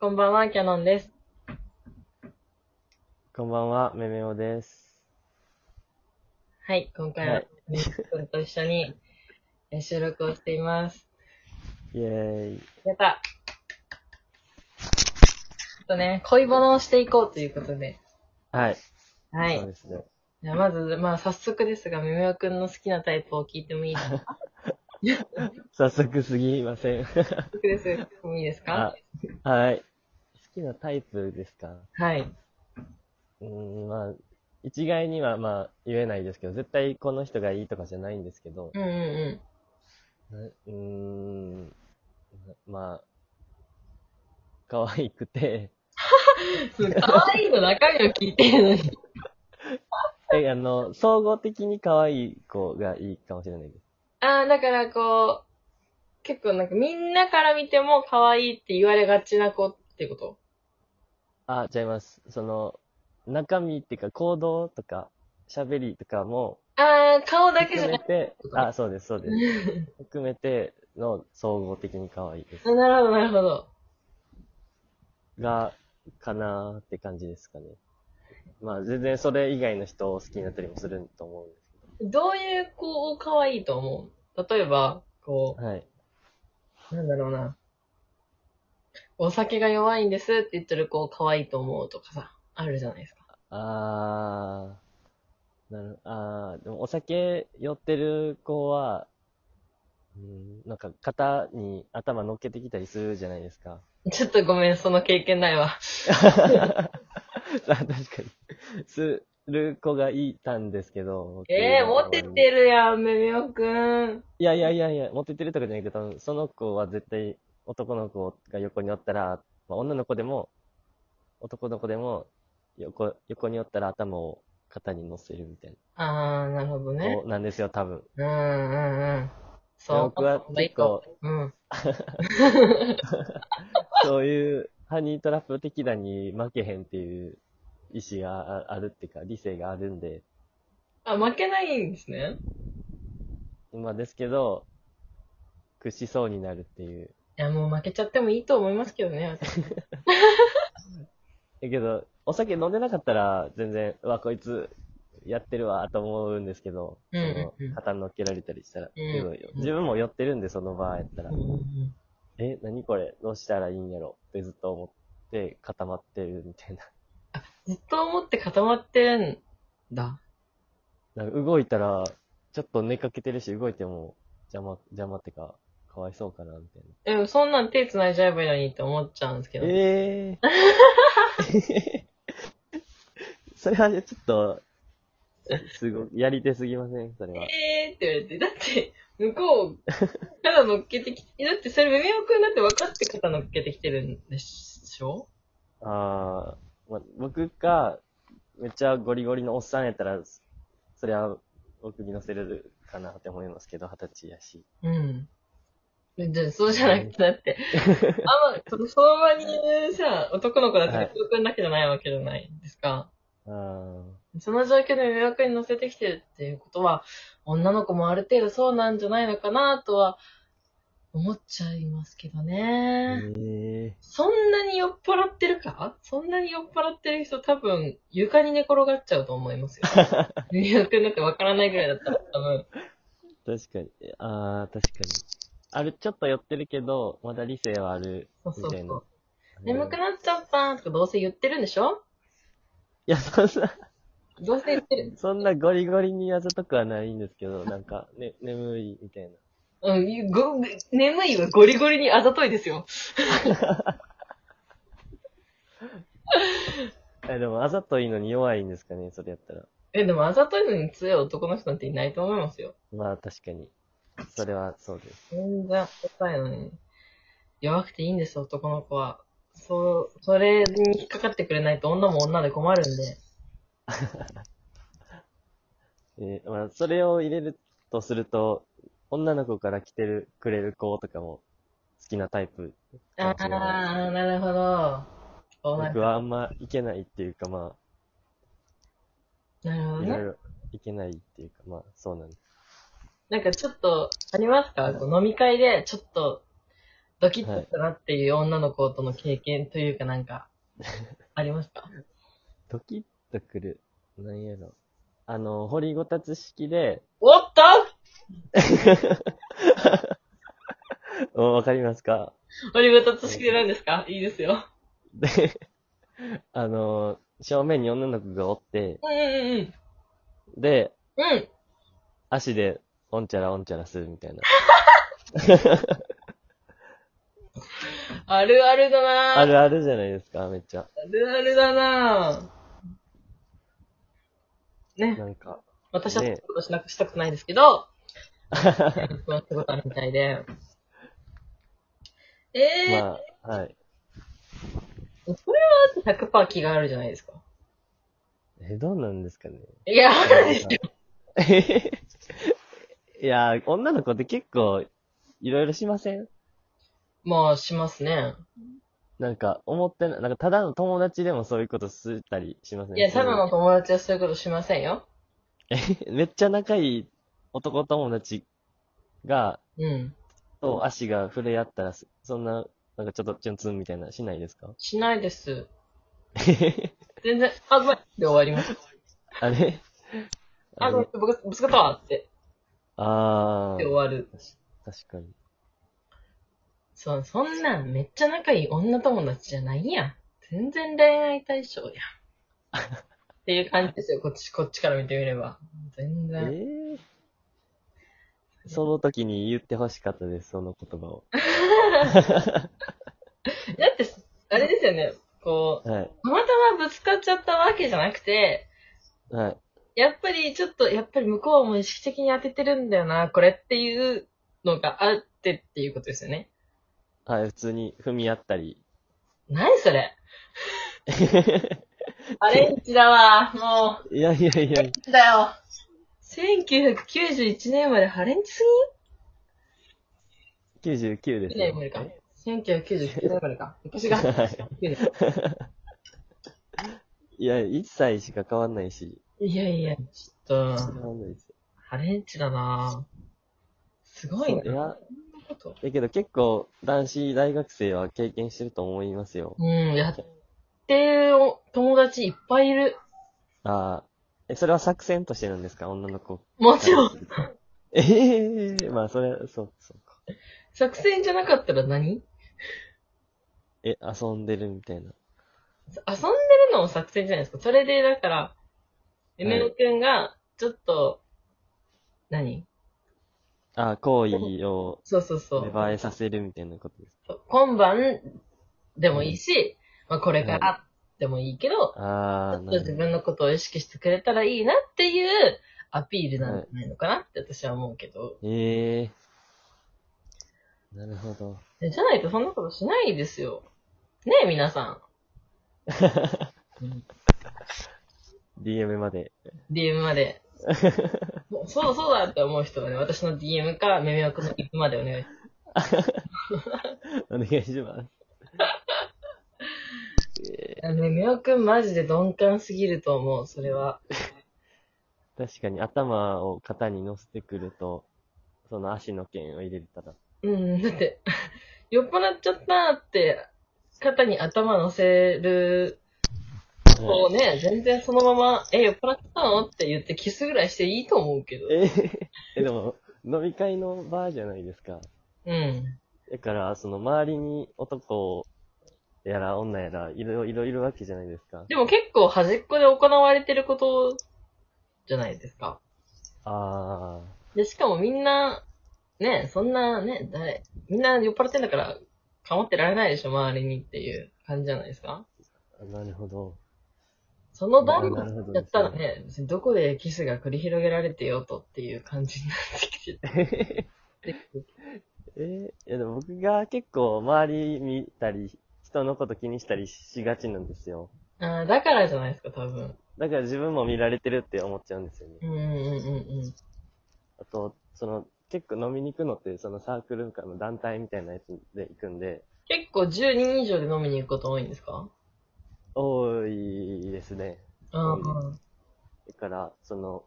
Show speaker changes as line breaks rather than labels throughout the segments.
こんばんは、キャノンです。
こんばんは、めめおです。
はい、今回
は、
はいね君と一緒にえ収録をしています。
イェーイ。
やったちょっとね、恋物をしていこうということで。
はい。
は
そう
い。
ですね。
じゃあまず、まあ早速ですが、めめおくんの好きなタイプを聞いてもいいです か
早速すぎません。
早速です。聞いてもいいですか
あはい。好きなタイプですか
はい。
うーん、まあ、一概にはまあ言えないですけど、絶対この人がいいとかじゃないんですけど
う、んうんう
うーん、まあ、可愛くて、
ん。 可愛いの中身を聞いてるのに。
え、あの、総合的に可愛い子がいいかもしれないです。
ああ、だからこう、結構なんかみんなから見ても可愛いって言われがちな子ってこと
あ、違います。その、中身っていうか行動とか、喋りとかも、
ああ、顔だけじゃな
含め
く
て
て、
あ、そうです、そうです。 含めての総合的に可愛いです。
あなるほど、なるほど。
が、かなーって感じですかね。まあ、全然それ以外の人を好きになったりもすると思うんです
どういう子を可愛いと思う例えば、こ
けど。はい。
う、なんだろうな。お酒が弱いんですって言ってる子を可愛いと思うとかさ、あるじゃないですか。
あー、なる、あー、でもお酒酔ってる子は、うん、なんか肩に頭乗っけてきたりするじゃないですか。
ちょっとごめん、その経験ないわ。
あ確かに。する子がいたんですけど。
ええー、モ
僕
テてるやん、めめおくん。
いやいやいやいや、モテてるとかじゃなくて、多分その子は絶対男の子が横におったら、まあ、女の子でも、男の子でも横、横におったら頭を肩に乗せるみたい
あー、なるほど
な
ね。
子なんですよ、多分。
うんうんうん。そう。
僕は結構、
うん。
そういうハニートラップ的なに負けへんっていう意志がああるっていうか、理性があるんで、
あ、負けないんですね。
まあですけど、屈しそうになるっていう。
いや、もう負けちゃってもいいと思いますけどね。私
だけど、お酒飲んでなかったら、全然、うわ、こいつ、やってるわ、と思うんですけど、
うんうんうん
その、肩乗っけられたりしたら、
うん
けど自分も酔ってるんで、その場合やったら、
うんうんうん
え、何これ、どうしたらいいんやろってずっと思って、固まってるみたい
ずっと思って固まってるんだ。
な。なんか動いたら、ちょっと寝かけてるし、動いても、邪魔、邪魔ってか、かわいそうかな、みたい
え、そんなん手繋いじゃえばいいのにって思っちゃうんですけど。
な。ええ ー。 それはね、ちょっと、すごい、やり手すぎません、それは。
えーって言われて。だって、向こう、肩乗っけてきて、だってそれ、めめおくんだって分かって肩乗っけてきてるんでしょ
ああ、まあ、僕がめっちゃゴリゴリのおっさんやったら、そそりゃ僕に乗せれるかなって思いますけど、二十歳やし。
うん。でそうじゃなくて、だって、あんま、そのその場にいるさ、男の子だって
はい
めめおくんだけじゃないわけじゃないですか。
あー
その状況でめめおくんに乗せてきてるっていうことは、女の子もある程度そうなんじゃないのかなとは、思っちゃいますけど
へ
ね。
え
そんなに酔っ払ってるかそんなに酔っ払ってる人多分床に寝転がっちゃうと思い ますよ。迷惑になってわからないぐらいだったら多分。
確かに。ああ、確かに。ある、ちょっと寄ってるけど、まだ理性はある
そう
み
そう
たい
そ
な
う。。眠くなっちゃったとかどうせ言ってるんでしょ
いや、そんな、
どうせ言ってる。
そんなゴリゴリにあざとくはないんですけど、なんか、ね、眠いみたいな。
うん、ご、眠いはゴリゴリにあざといですよ。
え、でもあざといのに弱いんですかね、それやったら。
え、でもあざといのに強い男の人なんていないと思いますよ。
まあ確かに。それはそうです。
全然硬いのに。弱くていいんですよ、男の子は。そう、それに引っかかってくれないと女も女で困るんで。
えーまあ、それを入れるとすると、女の子から来てる、くれる子とかも好きなタイプ。
ああ、なるほど。そうな
僕
る
はあんまいけないっていうか、ま
なるほど
あ、いろい
ね。
ろいけないっていうか、まあ、そうなんです。
なんかちょっと、ありますかこう飲み会で、ちょっと、ドキッとしたなっていう女の子との経験というかなん か、ありますか
ドキッとくる。なんやろ。あの、掘りごたつ式で、
おっと
おわかりますか
折りごたつ式で何ですかいいですよ。
で、 あの、正面に女の子がおって、
うんうんうん。
で、
うん。
足で、おんちゃらおんちゃらするみたいな。
あるあるだな
あるあるじゃないですか、めっちゃ。
あるあるだなね。
なんか、
私はそうい
ね
うことしなくしたくないですけ ど、やってことあるみたいで。ええー
まあ、はい。
それは100%気があるじゃないですか。
え、どうなんですかね。
いや、わかるでしょ。
いやー、女の子って結構、いろいろしません
まあ、しますね。
なんか、思ってな、なんか、ただの友達でもそういうことしたりしません
いや、ただの友達はそういうことしませんよ。
めっちゃ仲いい男友達が、
うん。
と足が触れ合ったらす、そんな、なんかちょっとチュンツンみたいなしな いですか
しないです。全然、あ、ごめん。で終わります。
あれ
あ、ごめん
れ、
ぶぶつかったわって。
あ
で終
ー、
わる。
確かに。
そ、そんなん、めっちゃ仲いい女友達じゃないやん。全然恋愛対象やん。っていう感じですよ、こっち、こっちから見てみれば。全
え
然。
ー、その時に言ってほしかったです、その言葉を。
だって、あれですよね、こう、
はい、
たまたまぶつかっちゃったわけじゃなくて、
はい。
やっぱりちょっと、やっぱり向こうも意識的に当ててるんだよな、これっていうのがあってっていうことですよね。
はい、普通に踏み合っ たり。
何それアレンジだわ、も
いやいやいや、
う。だよ。1991年までハレンチす
99で
ぎ
す
?1 年
よ。
までか。1999年までか。昔が。
いや、1歳しか変わんないし。
いやいや、ちょっ
変
と、
わんないです。
ハレンチだなすごい
そうい
な。
や、
そんなこと。
だけど結構男子大学生は経験してると思いますよ。
うん、やってるお友達いっぱいいる。
ああ。え、それは作戦としてなんですか女の子。
もちろん。
ええまあそれ、そう、そうか。
作戦じゃなかったら何
え、遊んでるみたいな。
遊んでるのも作戦じゃないですか。それで、だから、
い
ゆめろくんが、ちょっと、何
ああ、行為を
そうそうそ
芽
う。
生えさせるみたいなことです。
今晩でもいいし、まあこれからでもいいけど、ち
ああ、
ょっと
なるほ
自
ど。
分のことを意識してくれたらいいなっていうアピールなんじゃないのかなって私は思うけど。
ええなるほど。
じゃないとそんなことしないですよ。ねえ、皆さ
DM まで。
ん。DM ま で。もうそうそうだって思う人はね、私の DM か、めめおくの行くまでお願いします
お願いします。
いやね、みおくんマジで鈍感すぎると思う、それは。
確かに頭を肩に乗せてくると、その足の剣を入れたら。
うん、だって、酔っ払っちゃったって、肩に頭乗せるとね、全然そのまま、え、酔っ払ったのって言ってキスぐらいしていいと思うけど。
えーえ、でも、飲み会の場じゃないですか。
うん。
だから、その周りに男やら女やら、いろいろいるわけじゃないですか。
でも結構端っこで行われてることじゃないですか。
あ
で、しかもみんな、ね、そんなね、誰、みんな酔っ払ってんだから、かもってられないでしょ、周りにっていう感じじゃないですか。
あ、なるほど。
その段
なるほど
だったらね、別にどこでキスが繰り広げられてよとっていう感じになってきて
えーいやでも僕が結構周り見たり、人のこと気にしたりしがちなんですよ。
あーだからじゃないですか、多分。
だから自分も見られてるって思っちゃうんですよね。
うんうんうんうん。
あと、その、結構飲みに行くのって、そのサークルとかの団体みたいなやつで行くんで、
結構10人以上で飲みに行くこと多いんですか
多いですね。
ああ
多いだから、その、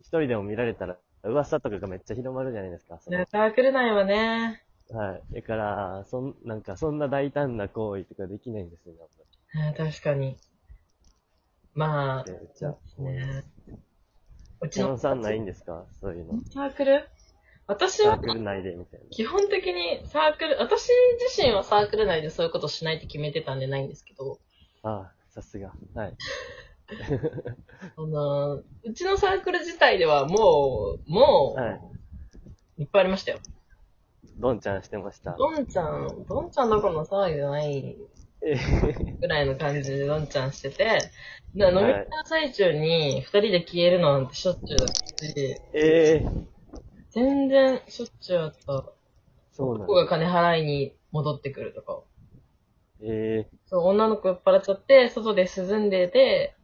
一人でも見られたら、噂とかがめっちゃ広まるじゃないですか。その
ね、サークル内はね、
はい。だから、そん、なんか、そんな大胆な行為とかできないんですよね、
あー確かに。まあ
あんまり。、めっちゃ。
ねうち
シオン
の
さんないんですかそういうの。
サークル私
サ
は
ークル内でみたい
基本的にサークル、私自身はサークル内でそういうことしないって決めてたんでないんですけど、
な。ああ、さすが。はい。
あのーうちのサークル自体ではもう、もう、、
はい
っぱいありましたよ。
ドンちゃんしてました。
どんちゃん、どんちゃんどころの騒ぎじゃない
えへ
ぐらいの感じでどんちゃんしてて、だから飲み
は
会
い
の最中に二人で消えるのなんてしょっちゅうだったし、
へええ
全然しょっちゅうあった。
そうな
僕
ん
が
だ。
金払いに戻ってくるとか。
ええ
そう、女の子酔っ払っちゃって、外で涼んでて、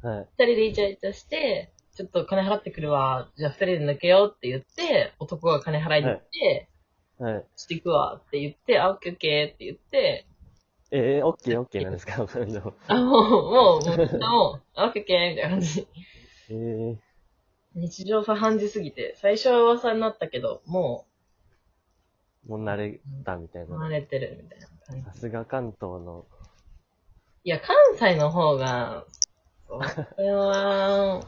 はい。
二人でイチャイチャして、ちょっと金払ってくるわ、じゃあ二人で抜けようって言って、男が金払いに行って、
はい。
していくわって言って、あ、オッケーオッケーって言って、
ええオッケーオッケーなんですか でも
あ、もう、もう、もう、みんなもう、あオッケーオッケーみたいな感じ。
ええ
日常茶飯事すぎて、最初は噂になったけど、も、
もう慣れたみたいうな
慣。れてるみたいな感じ。
さすが関東の。
いや、関西の方が、そうこれは、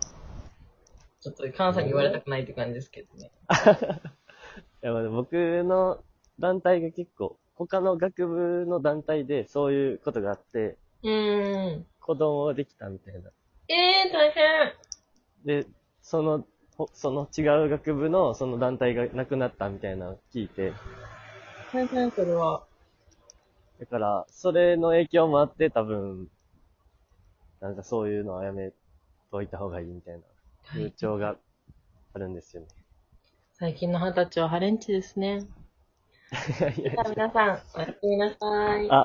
ちょっと関西に言われたくないって感じですけどね。
いやまあ僕の団体が結構、他の学部の団体でそういうことがあって、
うーん。
子供できたみたいな。
ええー、大変。
で、その、ほその違う学部のその団体がなくなったみたいなのを聞いて、
大変、それは。
だから、それの影響もあって多分、なんかそういうのはやめといた方がいいみたいな風潮があるんですよね。
最近の二十歳はハレンチですね。
いやいや
皆さん、おやすみなさい。
あ